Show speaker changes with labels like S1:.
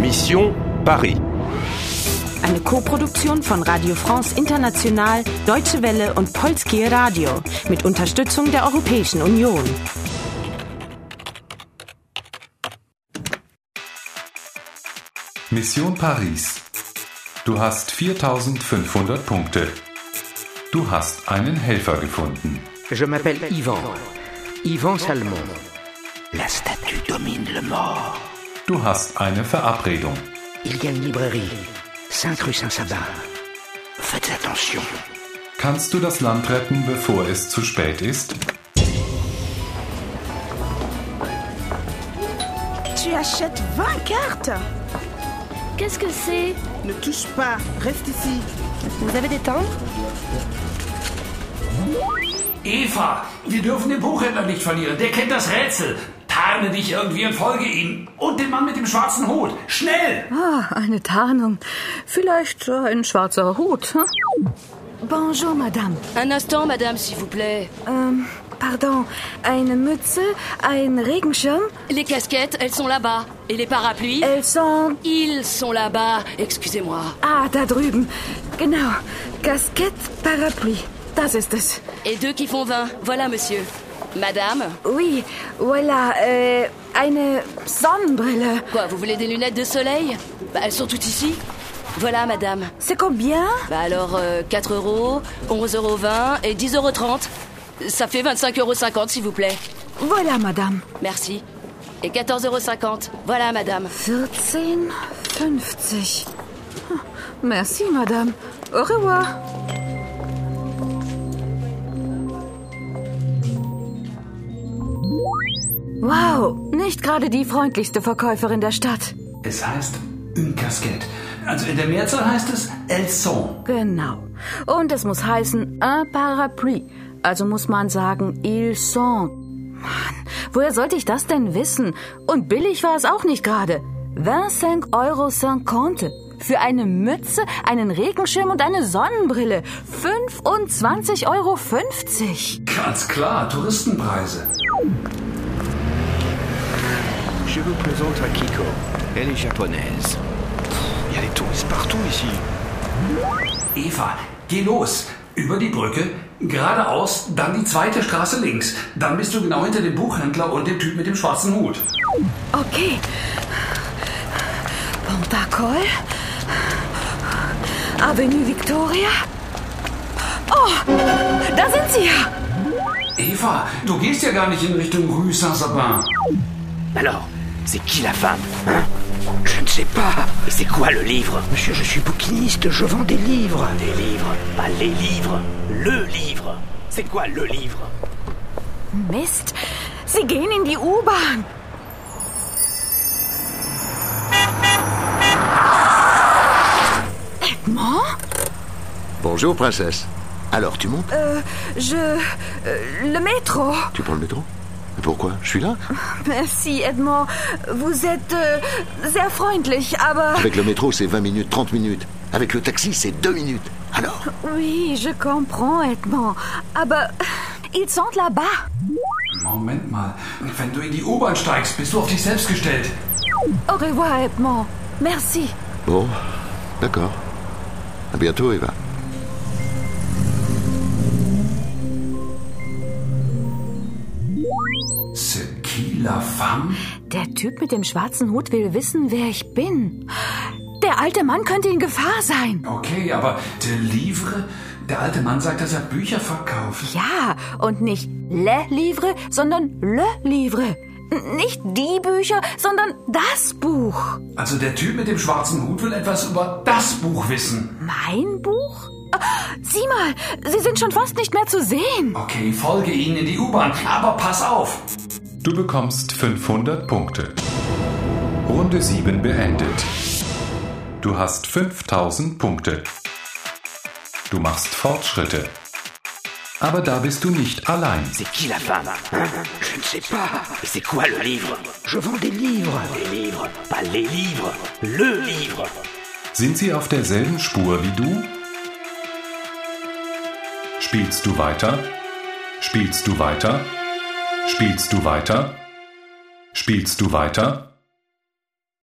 S1: Mission Paris.
S2: Eine Koproduktion von Radio France International, Deutsche Welle und Polskie Radio mit Unterstützung der Europäischen Union.
S3: Mission Paris. Du hast 4500 Punkte. Du hast einen Helfer gefunden.
S4: Je m'appelle Yvan. Yvan Salmon.
S5: La statue domine le mort.
S3: Du hast eine Verabredung.
S4: Il y a une librairie. 5 rue Saint-Sabin.
S5: Faites attention.
S3: Kannst du das Land retten, bevor es zu spät ist?
S6: Tu achètes 20 cartes
S7: Qu'est-ce que c'est
S6: Ne touche pas, reste ici.
S7: Vous avez des timbres
S8: Eva, wir dürfen den Buchhändler nicht verlieren. Der kennt das Rätsel. Tarne dich irgendwie und folge ihm. Und den Mann mit dem schwarzen Hut. Schnell!
S9: Ah, eine Tarnung. Vielleicht äh, ein schwarzer Hut. Hm?
S10: Bonjour, Madame.
S7: Un instant, madame, s'il vous plaît.
S10: Ähm, pardon. Eine Mütze, ein Regenschirm.
S7: Les casquettes, elles sont là-bas. Et les parapluies
S10: Elles sont.
S7: Ils sont là-bas. Excusez-moi.
S10: Ah, da drüben. Genau. Kaskett, Parapluie. Das ist es.
S7: Et deux qui font 20. Voilà, monsieur. Madame
S10: Oui, voilà. Äh, eine Sonnenbrille.
S7: Quoi, vous voulez des lunettes de soleil Bah, elles sont toutes ici. Voilà, madame.
S10: C'est combien
S7: Bah alors, euh, 4 euros, 11,20 euros et 10,30 euros. Ça fait 25,50 euros, s'il vous plaît.
S10: Voilà, Madame.
S7: Merci. Et 14,50 euros. Voilà, madame.
S10: 14, 50. Hm,
S9: Merci, Madame. Au revoir.
S10: Wow, nicht gerade die freundlichste Verkäuferin der Stadt.
S8: Es heißt une casquette. Also in der Mehrzahl heißt es elles sont.
S9: Genau.
S10: Und es muss heißen un parapluie.
S9: Also muss man sagen, ils sont.
S10: Woher sollte ich das denn wissen? Und billig war es auch nicht gerade. 25 Euro 50 für eine Mütze, einen Regenschirm und eine Sonnenbrille. 25,50 Euro.
S8: Ganz klar, Touristenpreise.
S5: Je vous présente Akiko. Elle est japonaise. Il y a des touristes partout ici.
S8: Eva, geh los. Über die Brücke, geradeaus, dann die zweite Straße links. Dann bist du genau hinter dem Buchhändler und dem Typ mit dem schwarzen Hut.
S10: Okay. Bon d'accord. Avenue Victoria. Oh, da sind sie ja.
S8: Eva, du gehst ja gar nicht in Richtung Rue Saint-Sabin.
S5: Alors, c'est qui la femme hein Je ne sais pas. Et c'est quoi le livre Monsieur, je suis bouquiniste, je vends des livres. Des livres Pas les livres, le livre. C'est quoi le livre
S10: Mist, sie gehen in die U-Bahn. Edmond?
S11: Bonjour, princesse. Alors, tu montes
S10: Euh, je... euh, le métro.
S11: Tu prends le métro Mais Pourquoi Je suis là
S10: Merci, Edmond. Vous êtes euh, sehr freundlich, aber...
S11: Avec le métro, c'est 20 minutes, 30 minutes. Avec le taxi, c'est 2 minutes. Alors
S10: Oui, je comprends, Edmond. Aber äh, ils sont là-bas.
S8: Moment mal. Wenn du in die U-Bahn steigst, bist du auf dich selbst gestellt.
S10: Au revoir, Edmond. Merci.
S11: Bon, d'accord. À bientôt, Eva.
S8: C'est qui la femme
S10: Der Typ mit dem schwarzen Hut will wissen, wer ich bin. Der alte Mann könnte in Gefahr sein.
S8: Okay, aber de Livre? Der alte Mann sagt, dass er Bücher verkauft.
S10: Ja, und nicht le Livre, sondern le Livre. N- Nicht die Bücher, sondern das Buch.
S8: Also der Typ mit dem schwarzen Hut will etwas über das Buch wissen.
S10: Mein Buch? Ah, Sieh mal, sie sind schon fast nicht mehr zu sehen.
S8: Okay, folge ihnen in die U-Bahn, aber pass auf.
S3: Du bekommst 500 Punkte. Runde 7 beendet. Du hast 5000 Punkte. Du machst Fortschritte. Aber da bist du nicht allein.
S5: C'est qui la femme hein Je ne sais pas. Et c'est quoi le livre Je vends des livres. Des livres Pas les livres, le livre.
S3: Sind sie auf derselben Spur wie du? Spielst du weiter? Spielst du weiter? Spielst du weiter? Spielst du weiter?